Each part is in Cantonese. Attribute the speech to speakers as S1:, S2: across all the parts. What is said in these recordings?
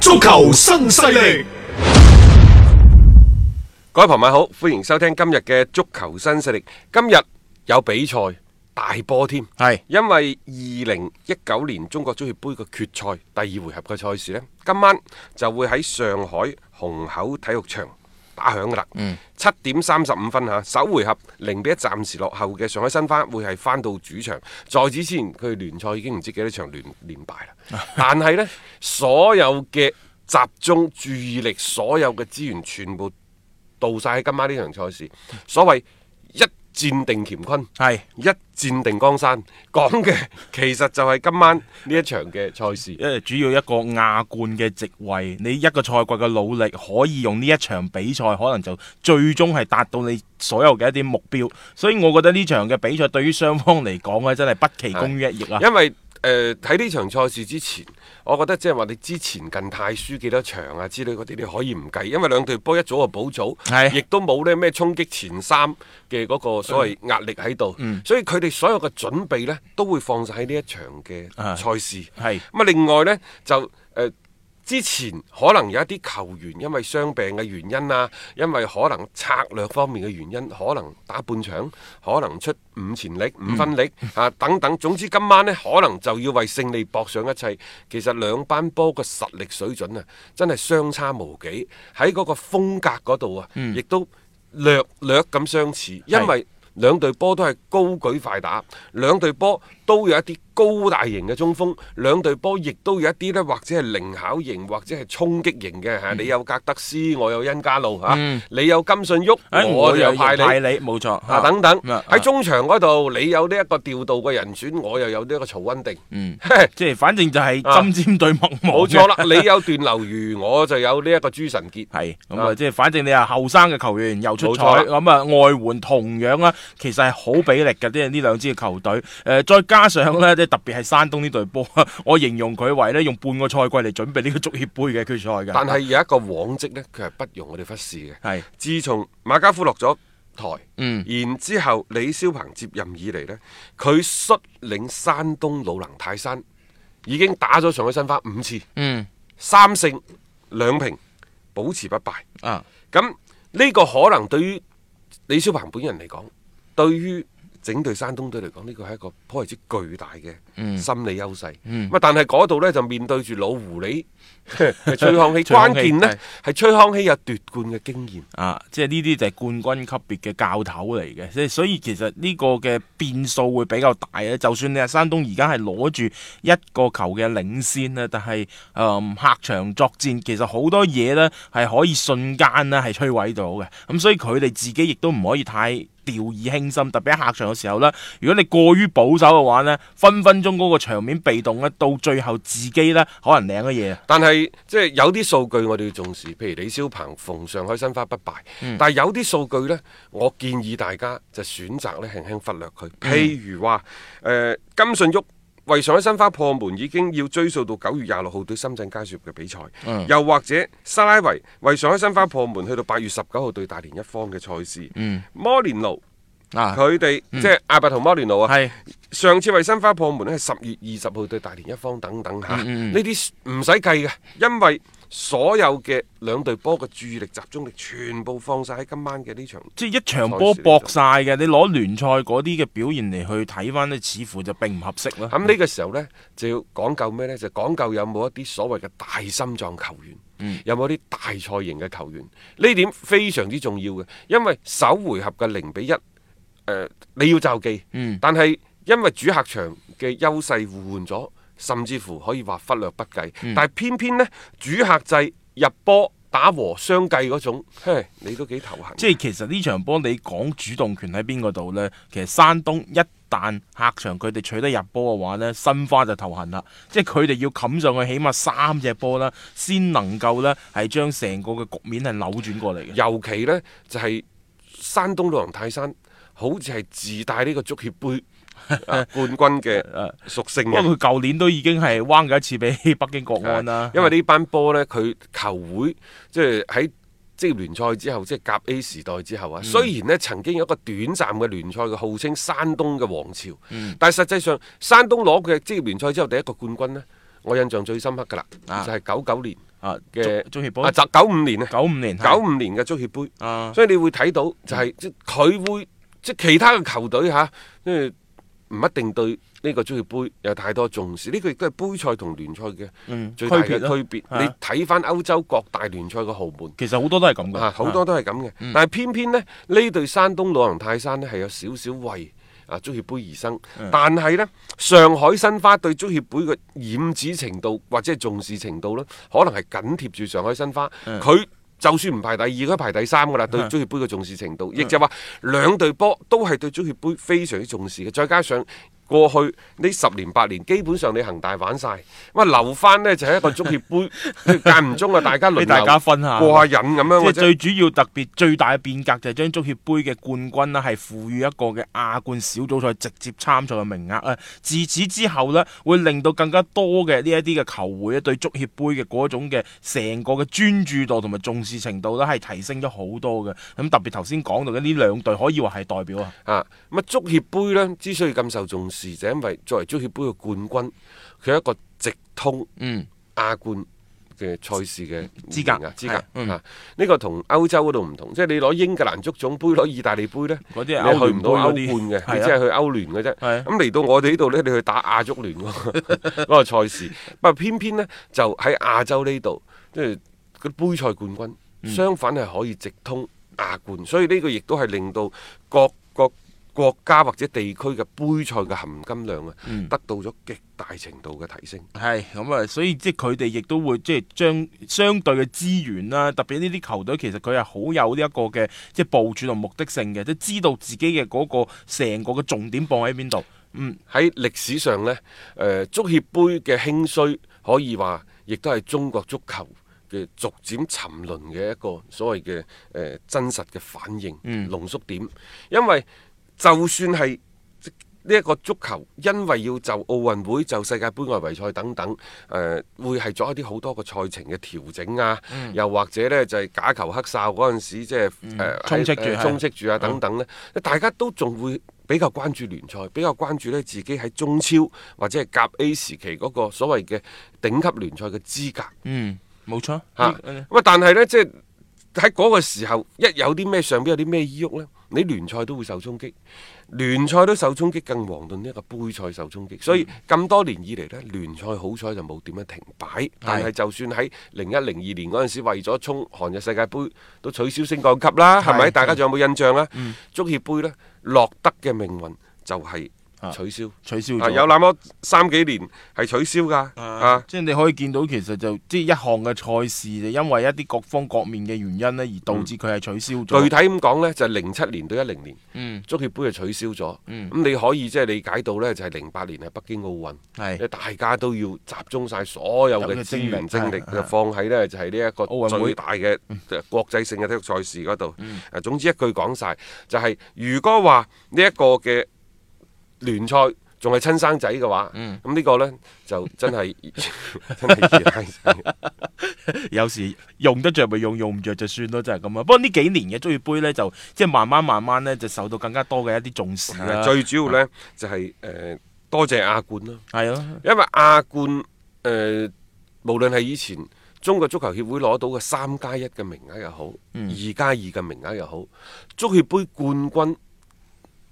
S1: 足球新勢力。
S2: 各位朋友好，歡迎收聽今日嘅足球新勢力。今日有比賽大波添，
S3: 係
S2: 因為二零一九年中國足協杯嘅決賽第二回合嘅賽事呢，今晚就會喺上海虹口體育場打響噶啦。
S3: 嗯
S2: 七點三十五分嚇，首回合零比一暫時落後嘅上海申花會係翻到主場。在此之前，佢哋聯賽已經唔知幾多場連連敗 啦。但係呢，所有嘅集中注意力，所有嘅資源全部。到晒喺今晚呢場賽事。所謂一戰定乾坤，
S3: 係
S2: 一戰定江山，講 嘅其實就係今晚呢一場嘅賽事。
S3: 因為呃主要一個亞冠嘅席位，你一個賽季嘅努力可以用呢一場比賽，可能就最終係達到你所有嘅一啲目標。所以我覺得呢場嘅比賽對於雙方嚟講啊咧，真係不期功於一役啊！
S2: 因為誒喺呢場賽事之前，我覺得即係話你之前近太輸幾多場啊之類嗰啲，你可以唔計，因為兩隊波一早就保組，
S3: 係
S2: 亦都冇呢咩衝擊前三嘅嗰個所
S3: 嗯
S2: 謂壓力喺度，所以佢哋所有嘅準備呢，都會放晒喺呢一場嘅
S3: 啊
S2: 賽事。咁
S3: 係
S2: 啊，另外呢，就誒、呃之前可能有一啲球員因為傷病嘅原因啊，因為可能策略方面嘅原因，可能打半場，可能出五前力、五分力、啊等等。總之今晚呢，可能就要為勝利搏上一切。其實兩班波嘅實力水準啊，真係相差無幾，喺嗰個風格嗰度啊，亦都略略咁相似，因
S3: 係
S2: 為。兩隊波都係高舉快打，兩隊波都有一啲高大型嘅中鋒，兩隊波亦都有一啲呢，或者係靈巧型或者係衝擊型嘅
S3: 嗯
S2: 嚇。你有格德斯，我有恩加路嚇，你有金信煜，我
S3: 誒，嗯啊哎我
S2: 就
S3: 又
S2: 派
S3: 派
S2: 你。
S3: 你，冇錯
S2: 啊，等等，
S3: 啊
S2: 喺中場嗰度，你有呢一個調度嘅人選，我又有呢一個曹温定，
S3: 嗯即係反正就係
S2: 啊
S3: 針尖對麥芒，
S2: 冇錯啦。你有段流如，我就有呢一個朱晨傑。
S3: 係咁
S2: 啊
S3: 啊，即係反正你係後生嘅球員又出彩，
S2: 冇錯啦
S3: 咁啊外援同樣啦，其實係好比力嘅，即係呢兩支嘅球隊。誒、再加上咧，即係特別係山東呢隊波， 我形容佢為咧用半個賽季嚟準備呢個足協杯嘅決賽嘅。
S2: 但係有一個往績呢，佢係不容我哋忽視嘅。
S3: 係
S2: 自從馬家夫落咗台，
S3: 嗯
S2: 然之後李霄鵬接任以嚟呢，佢率領山東魯能泰山已經打咗上海申花五次，
S3: 嗯
S2: 三勝兩平，保持不敗。
S3: 啊
S2: 咁呢個可能對於李霄鵬本人嚟講，對於整隊山東隊嚟講，呢個係一個頗為之巨大嘅心理優勢。咁、啊但係嗰度呢，就面對住老狐狸崔康熙，
S3: 崔康熙
S2: 關鍵呢，係崔康熙有奪冠嘅經驗。
S3: 啊，即係呢啲就係冠軍級別嘅教頭嚟嘅，即係所以其實呢個嘅變數會比較大啊。就算你係山東而家係攞住一個球嘅領先咧，但係誒、嗯客場作戰其實好多嘢呢係可以瞬間呢係摧毀到嘅，咁所以佢哋自己亦都唔可以太掉以輕心，特別喺客場嘅時候呢，如果你過於保守嘅話呢，分分鐘嗰個場面被動呢，到最後自己呢可能領咗嘢啊。
S2: 但係即係有啲數據我哋要重視，譬如李霄鵬逢上海申花不敗，但係有啲數據呢，我建議大家就選擇呢輕輕忽略佢。譬如話，誒、金信煜為上海申花破門已經要追溯到九月廿六號對深圳佳兆業嘅比賽，又或者沙拉維為上海申花破門去到八月十九號對大連一方嘅賽事，摩連奴
S3: 啊，
S2: 佢哋即係阿伯同摩連奴啊，
S3: 係
S2: 上次衞生花破門咧係十月二十號對大連一方等等嚇，
S3: 嗯
S2: 呢啲唔使計嘅，因為所有嘅兩隊波嘅注意力集中力全部放晒喺今晚嘅呢場。
S3: 即係一場波搏晒嘅，你攞聯賽嗰啲嘅表現嚟去睇翻咧，似乎就並唔合適啦。
S2: 咁呢個時候呢，就要講究咩呢？就講究有冇一啲所謂嘅大心臟球員，有冇啲大賽型嘅球員？呢點非常之重要嘅，因為首回合嘅零比一，誒你要就記，但係因為主客場嘅優勢互換咗，甚至乎可以話忽略不計。但係偏偏呢，主客制入波打和相計嗰種，嘿，你都幾頭痕。
S3: 即係其實呢場波你講主動權喺邊個度呢？其實山東一旦客場佢哋取得入波嘅話呢，申花就頭痕啦。即係佢哋要冚上去，起碼三隻波啦，先能夠呢係將成個嘅局面係扭轉過嚟嘅。
S2: 尤其呢，就係、山東魯能泰山，好似係自帶呢個足協 杯、啊冠軍嘅
S3: 啊
S2: 屬性啊
S3: 因為
S2: 嘅。
S3: 佢舊年都已經係彎咗一 次俾北京國安啦。
S2: 啊因為呢班波呢，佢球會即係喺職業聯賽之後，即係甲 A 時代之後
S3: 嗯
S2: 啊。雖然呢曾經有一個短暫嘅聯賽嘅號稱山東嘅王朝，
S3: 嗯
S2: 但係實際上山東攞嘅職業聯賽之後第一個冠軍呢，我印象最深刻㗎啦，
S3: 啊
S2: 就係九九年
S3: 啊
S2: 嘅
S3: 足足協杯
S2: 啊，就九五年啊，
S3: 九五年
S2: 九五年嘅足協杯。
S3: 啊嗯
S2: 所以你會睇到就係即係佢會即係其他嘅球隊嚇，即係唔一定對呢個足協杯有太多重視。呢、個亦都係杯賽同聯賽嘅最大嘅
S3: 嗯區別咯啊
S2: 區別。
S3: 嚇
S2: 你睇翻歐洲各大聯賽嘅豪門。
S3: 其實好多都係咁
S2: 啊，
S3: 嘅，嗯
S2: 好多都係咁嘅，但係偏偏呢，呢對山東魯能泰山呢係有少少為啊足協杯而生，
S3: 嗯
S2: 但係呢，上海申花對足協杯嘅染指程度或者係重視程度呢，可能係緊貼住上海申花，
S3: 嗯
S2: 佢、就算唔排第二，佢排第三噶啦，對足協杯嘅重視程度，
S3: 嗯
S2: 亦就話兩隊波都係對足協杯非常之重視嘅，再加上。過去呢十年八年，基本上你恒大玩晒，咁啊留翻呢就係一個足協 杯，間唔中啊大家輪
S3: 俾
S2: 流
S3: 大家分下
S2: 過下啊癮咁樣或
S3: 即係
S2: 者
S3: 最主要特別最大嘅變革就係將足協杯嘅冠軍啦，係賦予一個嘅亞冠小組賽直接參賽嘅名額啊！自此之後呢，會令到更加多嘅呢一啲嘅球會咧，啊對足協杯嘅嗰種嘅成個嘅專注度同埋重視程度咧，係提升咗好多嘅。咁特別頭先講到嘅呢兩隊可以話係代表啊，
S2: 啊，咁啊足協杯呢，之所以咁受重視，就因為作為足協杯嘅冠軍，佢有一個直通
S3: 嗯
S2: 亞冠嘅賽事嘅
S3: 資格
S2: 名額資格
S3: 係嗯
S2: 啊，呢個同歐洲嗰度唔同，即係你攞英格蘭足總杯、攞意大利杯呢，
S3: 嗰啲係
S2: 你
S3: 歐
S2: 去唔
S3: 聯杯
S2: 到歐
S3: 嗰
S2: 冠
S3: 啲
S2: 嘅，
S3: 係
S2: 你
S3: 啊
S2: 只係去歐聯嘅啫。
S3: 係啊
S2: 咁嚟到我哋呢度呢，你去打亞足聯嗰個 嗰個賽事，不過偏偏呢，就喺亞洲呢度，即係嗰杯賽冠軍，相反係可以直通亞冠，所以呢個亦都係令到各個國家或者地區嘅杯賽嘅含金量啊，得到咗極大程度嘅提升。
S3: 係咁啊，所以即係佢哋亦都會即係將相對嘅資源啦，特別呢啲球隊其實佢係好有呢一個嘅即係部署同目的性嘅，即係知道自己嘅嗰個成個嘅重點放喺邊度。嗯，
S2: 喺歷史上呢，誒、足協杯嘅興衰可以話，亦都係中國足球嘅逐漸沉淪嘅一個所謂嘅誒、呃真實嘅反應、濃縮點。因為就算係即呢一個足球，因為要就奧運會、就世界盃外圍賽等等，誒、會係做一啲好多個賽程嘅調整啊，
S3: 嗯
S2: 又或者呢，就係、假球黑哨嗰陣時，即係誒
S3: 充斥住
S2: 喺
S3: 係嗯
S2: 充斥住啊等等呢，大家都仲會比較關注聯賽，比較關注呢自己喺中超或者係甲 A 時期嗰個所謂嘅頂級聯賽嘅資格
S3: 嗯，冇錯。
S2: 嚇。
S3: 呢呃
S2: 咁啊、但係呢，即係喺嗰個時候，一有啲咩上邊有啲咩醫喐呢，你聯賽都會受衝擊，聯賽都受衝擊，更遑論呢一個杯賽受
S3: 嗯
S2: 衝擊。所以咁多年以嚟呢，聯賽好彩就冇點樣停擺，但係就算喺零一零二年嗰陣時，為咗衝韓日世界盃，都取消升降級啦，係咪？
S3: 係嗯
S2: 大家仲有冇印象啊？足協杯呢，落得嘅命運就係
S3: 啊
S2: 取消。
S3: 取消
S2: 啊
S3: 咗。
S2: 有那麼三幾年係取消㗎啊！
S3: 即係你可以見到，其實就即係一項嘅賽事，就因為一啲各方各面嘅原因呢，而導致佢係取消咗。
S2: 具體咁講呢，就係零七年到一零年，
S3: 嗯
S2: 足協杯就取消咗。咁、
S3: 嗯
S2: 你可以即係理解到呢，就係零八年係北京奧運，即係
S3: 係
S2: 大家都要集中晒所有嘅
S3: 有嘅
S2: 資
S3: 精力
S2: 源精力，
S3: 係
S2: 就
S3: 係
S2: 放喺呢，就係呢一個
S3: 奧運會嗯
S2: 最大嘅呃國際性嘅體育賽事嗰度。啊，總之一句講晒，就係、如果話呢一個嘅聯賽仲係親生仔嘅話，咁呢、
S3: 嗯
S2: 個呢，就真 係 真係熱閪死
S3: 有時用得着咪用，用唔着就算咯，就係咁啊。不過呢幾年嘅足協杯呢，就即係慢慢慢慢呢，就受到更加多嘅一啲重視啦。
S2: 最主要呢，就係、呃多謝亞冠啦。
S3: 係咯，
S2: 因為亞冠誒、呃，無論係以前中國足球協會攞到嘅三加一嘅名額又好，二加二嘅名額又好，足協杯冠軍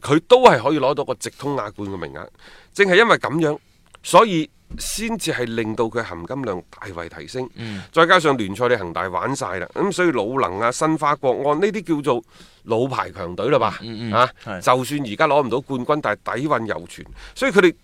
S2: 佢都係可以攞到個直通亞冠嘅名額。正係因為咁樣，所以先至係令到佢含金量大為提升。再加上聯賽你恒大玩晒啦，咁所以魯能啊、申花、國安呢啲叫做老牌強隊啦吧？啊，
S3: 係
S2: 就算而家攞唔到冠軍，但係底韻猶存，所以佢哋。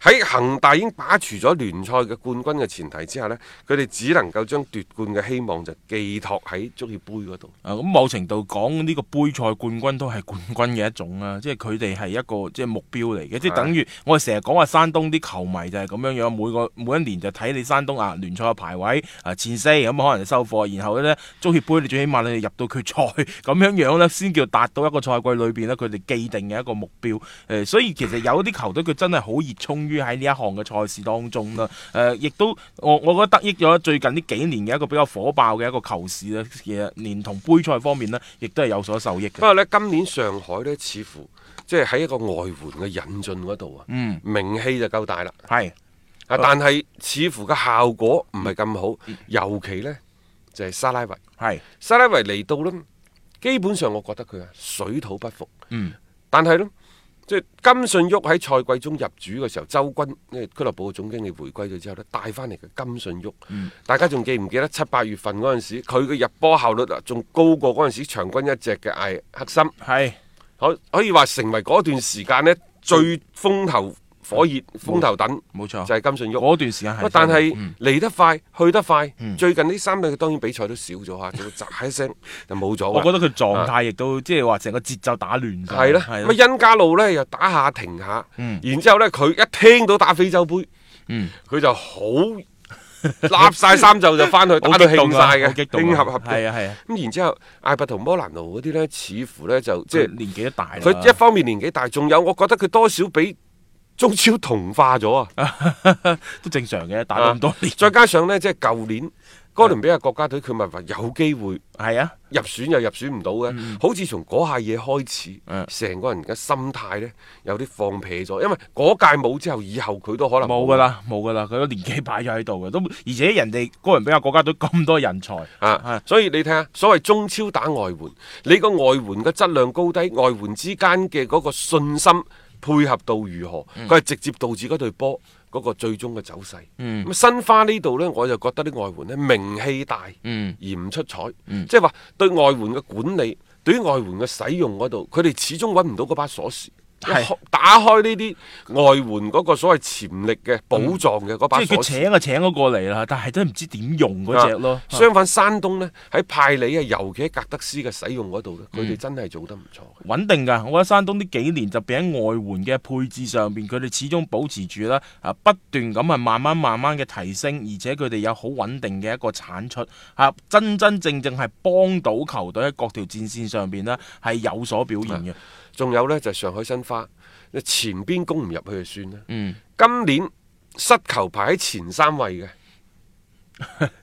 S2: 喺恒大已經把持咗聯賽嘅冠軍嘅前提之下呢，佢哋只能夠將奪冠嘅希望就寄託喺足協杯嗰度。
S3: 啊咁某程度講呢個杯賽冠軍都係冠軍嘅一種啦， 即係佢哋係一個即係目標嚟嘅，即係
S2: 係
S3: 等於我哋成日講話山東啲球迷就係咁樣樣，每個每一年就睇你山東啊聯賽嘅排位啊前四咁可能就收貨，然後呢，足協杯你最起碼你入到決賽咁樣樣呢，先叫達到一個賽季裏邊呢，佢哋既定嘅一個目標。誒、所以其實有啲球隊佢真係好熱衷於喺呢一項嘅賽事當中啦。誒、呃亦都我我覺得得益咗最近呢幾年嘅一個比較火爆嘅一個球市咧，其實連同杯賽方面呢，亦都係有所受益
S2: 不
S3: 嘅。
S2: 過呢，今年上海呢，似乎即係喺一個外援嘅引進嗰度啊，
S3: 嗯，哦
S2: 名氣就夠大啦。
S3: 係
S2: 啊，但係似乎嘅效果唔係咁好，
S3: 嗯
S2: 尤其呢，就係、沙拉維。
S3: 係
S2: 沙拉維嚟到呢，基本上我覺得佢係啊水土不服。
S3: 嗯，
S2: 但係呢，即係金信旭喺賽季中入主嘅時候，周軍即係俱樂部嘅總經理回歸咗之後呢，帶翻嚟嘅金信旭，
S3: 嗯
S2: 大家仲記唔記得七八月份嗰陣時，佢嘅入波效率啊，仲高過嗰陣時場均一隻嘅艾克森，
S3: 係
S2: 可可以話成為嗰段時間呢最風頭火熱、風頭等
S3: 冇錯
S2: 就係金信旭。
S3: 嗰段時間係嗯
S2: 喂，但係嚟得快，去得快。最近呢三日當然比賽都少咗啊嚇，就喳一 聲就冇咗㗎。
S3: 我覺得佢狀態亦都即係話成個節奏打亂晒。
S2: 啊係啦，
S3: 係
S2: 咁啊恩加路呢又打下停下，
S3: 嗯
S2: 然之後呢，佢一聽到打非洲杯，佢、
S3: 嗯
S2: 就好 立晒衫袖就翻去打到興晒
S3: 好
S2: 嘅，
S3: 激動
S2: 興
S3: 啊
S2: 合合嘅。
S3: 係啊係啊，
S2: 咁然之後，艾伯同摩蘭奴嗰啲呢，似乎呢就即
S3: 即係
S2: 係
S3: 年紀都大啦。
S2: 佢一方面年紀大，仲有我覺得佢多少俾中超同化咗啊！
S3: 都正常嘅，打咗咁多年，
S2: 再加上呢，即係舊年哥倫比亞國家隊，佢咪話有機會。
S3: 係啊，
S2: 入選又入選唔到嘅，好似從嗰下嘢開始
S3: 嗯，
S2: 成個人嘅心態呢，有啲放屁咗，因為嗰屆冇之後，以後佢都可能
S3: 冇噶啦，冇噶啦，佢個年紀擺咗喺度嘅，都而且人哋哥倫比亞國家隊咁多人才，
S2: 啊！所以你睇下，所謂中超打外援，你個外援嘅質量高低，外援之間嘅嗰個信心配合到如何，
S3: 嗯
S2: 佢係直接導致嗰隊波嗰個最終嘅走勢。
S3: 嗯
S2: 咁申花呢度呢，我就覺得啲外援呢名氣大，
S3: 嗯
S2: 而唔出彩，即係話對外援嘅管理，對於外援嘅使用嗰度，佢哋始終揾唔到嗰把鎖匙。一
S3: 係
S2: 開打開呢啲外援嗰個所謂潛力嘅寶藏嘅嗰把
S3: 嗯即係
S2: 鎖
S3: 佢
S2: 匙。
S3: 請啊就請咗過嚟啦，但係真係唔知點用嗰只咯
S2: 啊。相反，山東呢，喺派里啊，尤其喺格德斯嘅使用嗰度呢，
S3: 嗯
S2: 佢哋真係做得唔錯。
S3: 穩定㗎，我覺得山東呢幾年就喺外援嘅配置上邊，佢哋始終保持住啦，啊不斷咁係慢慢慢慢嘅提升，而且佢哋有好穩定嘅一個產出，啊真真正正係幫到球隊喺各條戰線上邊呢係有所表現
S2: 啊
S3: 嘅。
S2: 仲有呢，就係上海申花，你前邊攻唔入去就算啦。
S3: 嗯，
S2: 今年失球排喺前三位 嘅，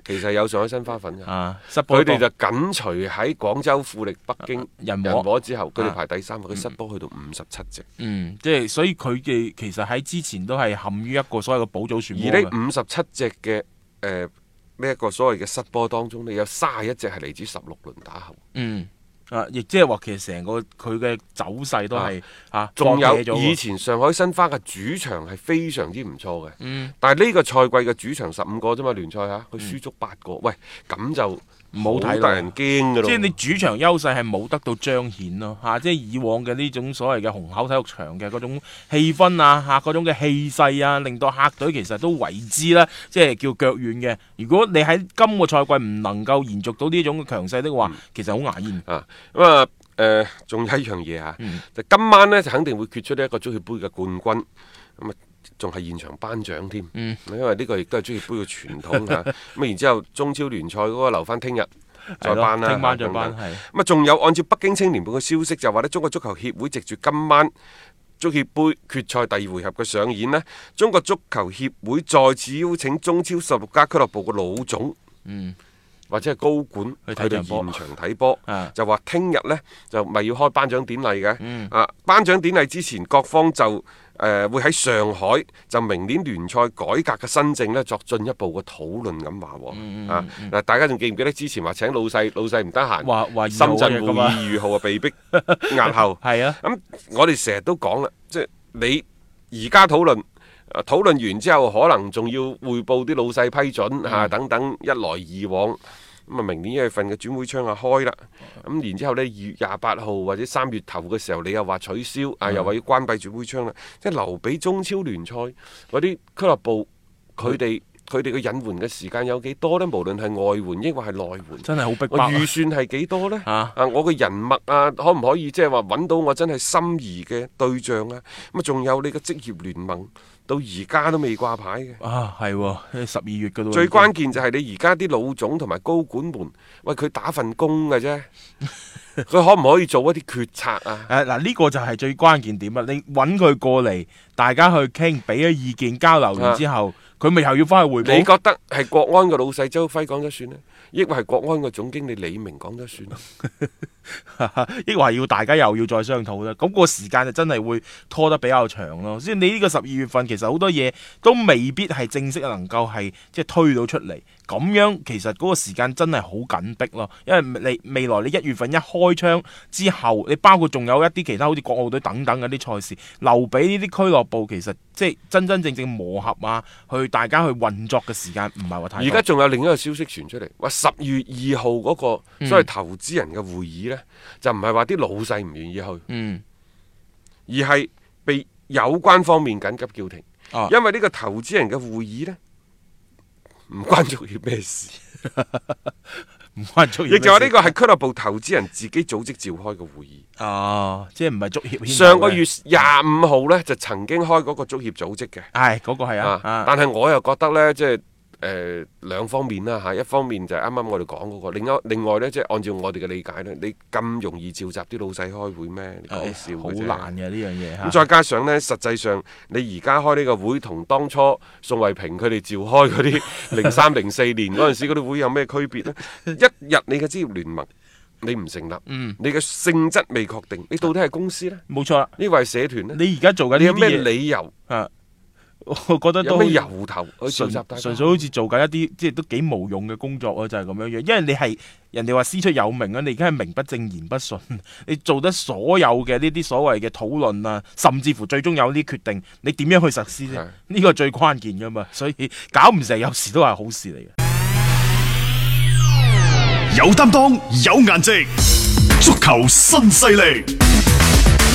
S2: 其實有上海申花份嘅。
S3: 啊失
S2: 佢
S3: 波
S2: 哋就緊隨喺廣州富力、北京
S3: 啊人和
S2: 人和之後，佢哋
S3: 啊
S2: 排第三，佢失波去到五十七隻，
S3: 嗯，即係所以佢哋其實喺之前都係陷於一個所謂嘅保組漩渦
S2: 而呢嗯
S3: 嘅
S2: 五十七隻嘅誒呢一個所謂嘅失波當中，你有三十一隻係嚟自十六輪打後，
S3: 嗯啊，亦即係話其實成個佢嘅走勢都係啊，
S2: 仲
S3: 放野咗
S2: 有
S3: 喎
S2: 以前上海申花嘅主場係非常之唔錯嘅，
S3: 嗯
S2: 但係呢個賽季嘅主場十五個啫嘛聯賽嚇，佢輸足八個，喂咁就
S3: 冇睇
S2: 好
S3: 咯
S2: 得人驚㗎咯
S3: 即係你主場優勢係冇得到彰顯咯嚇、即係以往嘅呢種所謂嘅虹口體育場嘅嗰種氣氛啊嚇，嗰種嘅氣勢啊，令到客隊其實都為之啦，即係叫腳軟嘅。如果你喺今個賽季唔能夠延續到呢種嘅強勢的
S2: 嗯
S3: 話，其實好牙煙。
S2: 啊，咁啊，誒、仲有一樣嘢啊，
S3: 嗯
S2: 就今晚呢，就肯定會決出呢一個足協杯嘅冠軍，咁啊，仲係現場頒獎添，
S3: 嗯
S2: 因為呢個亦都係足協杯嘅傳統 嚇。咁啊，然之後中超聯賽嗰個留翻聽日。再
S3: 係咯
S2: 頒啦，
S3: 聽晚再
S2: 等等
S3: 頒係
S2: 咁啊，仲有按照北京青年報嘅消息就話呢中國足球協會藉住今晚足協杯決賽第二回合嘅上演呢，中國足球協會再次邀請中超十六家俱樂部嘅老總，或者係高管
S3: 去睇
S2: 睇到
S3: 場
S2: 現
S3: 波
S2: 場睇波
S3: 啊，嗯
S2: 就話聽日呢，就咪要開頒獎典禮嘅。啊，頒獎典禮之前，各方就誒、呃、會喺上海就明年聯賽改革嘅新政呢作進一步嘅討論咁話喎。
S3: 嗯
S2: 啊，嗱，大家仲記唔記得之前話請老細，老細唔得閒，
S3: 話話二號
S2: 深圳
S3: 嘅
S2: 會
S3: 嘛
S2: 議二號啊被逼押後。
S3: 係啊
S2: 咁我哋成日都講啦，即係你而家討論。啊討論完之後，可能仲要匯報啲老細批准嚇、啊等等，一來二往。咁啊，明年一月份嘅轉會窗啊開啦，咁然之後呢，二月廿八號或者三月頭嘅時候，你又話取消啊，又話要關閉轉會窗啦，即係留俾中超聯賽嗰啲俱樂部，佢哋佢哋嘅引援嘅時間有幾多呢？無論係外援抑或係內援，
S3: 真係好逼
S2: 我
S3: 迫啊
S2: 預算係幾多呢？
S3: 啊
S2: 我嘅人脈啊，可唔可以即係話揾到我真係心儀嘅對象啊？咁啊，仲有你嘅職業聯盟到而家都未掛牌嘅。
S3: 啊，係喎，十二月嘅咯。
S2: 最關鍵就係你而家啲老總同埋高管們，喂佢打份工嘅啫，佢可唔可以做一啲決策啊？
S3: 誒嗱，呢個就係最關鍵點啊！你揾佢過嚟，大家去傾，俾咗意見交流完之後，佢咪又要翻去匯
S2: 你
S3: 報？
S2: 覺得係國安嘅老細周輝講咗算呢？抑或係國安嘅總經理李明講咗算呢？
S3: 抑或係要大家又要再商討咧？咁、個時間就真係會拖得比較長咯。即係你呢個十二月份，其實好多嘢都未必係正式能夠係即係推到出嚟。咁樣其實嗰個時間真係好緊迫咯，因為你未來你一月份一開槍之後，你包括仲有一啲其他好似國奧隊等等嗰啲賽事，留俾呢啲俱樂部其實即係真真正正磨合啊，去大家去運作嘅時間唔係話太
S2: 而
S3: 多。
S2: 家仲有另一個消息傳出嚟，話十月二號嗰
S3: 嗯
S2: 個所謂投資人嘅會議呢，就唔係話啲老細唔願意去，
S3: 嗯
S2: 而係被有關方面緊急叫停，
S3: 啊
S2: 因為呢個投資人嘅會議呢，唔關足協咩事。
S3: 唔關足協
S2: 亦就話 呢
S3: 咩事
S2: 個係俱樂部投資人自己組織召開嘅會議。
S3: 啊，即係唔係足 協牽頭嘅
S2: 上個月廿五號呢，就曾經開嗰個足協組織嘅，
S3: 係嗰、個係啊
S2: 啊，
S3: 啊
S2: 但係我又覺得呢，即係誒兩方面啦嚇，一方面就係啱啱我哋講嗰個，另一另外呢，即係按照我哋嘅理解呢，你咁容易召集啲老細開會咩？你講笑
S3: 誒好
S2: 嘅啫
S3: 難嘅呢樣嘢嚇
S2: 咁。再加上呢，實際上你而家開呢個會，同當初宋慧平佢哋召開 嗰啲零三零四年嗰陣時嗰啲會有咩區別呢？一日你嘅職業聯盟你唔成立，你嘅性質未確定，你到底係公司呢？
S3: 冇錯啦，
S2: 呢個係社團呢？
S3: 你而家做緊
S2: 你
S3: 呢
S2: 有咩
S3: 啲嘢，
S2: 理由？
S3: 啊，我覺得
S2: 有
S3: 都
S2: 咩
S3: 好
S2: 由頭去召
S3: 純
S2: 集大家？
S3: 純粹好似做緊一啲即係都幾無用嘅工作啊，就係咁樣樣。因為你係人哋話師出有名啊，你而家係名不正言不順，你做得所有嘅呢啲所謂嘅討論啊，甚至乎最終有呢啲決定，你點樣去實施
S2: 係
S3: 呢？呢個最關鍵噶嘛，所以搞唔成有時都係好事嚟嘅。
S1: 有擔當，有顏值，足球新勢力。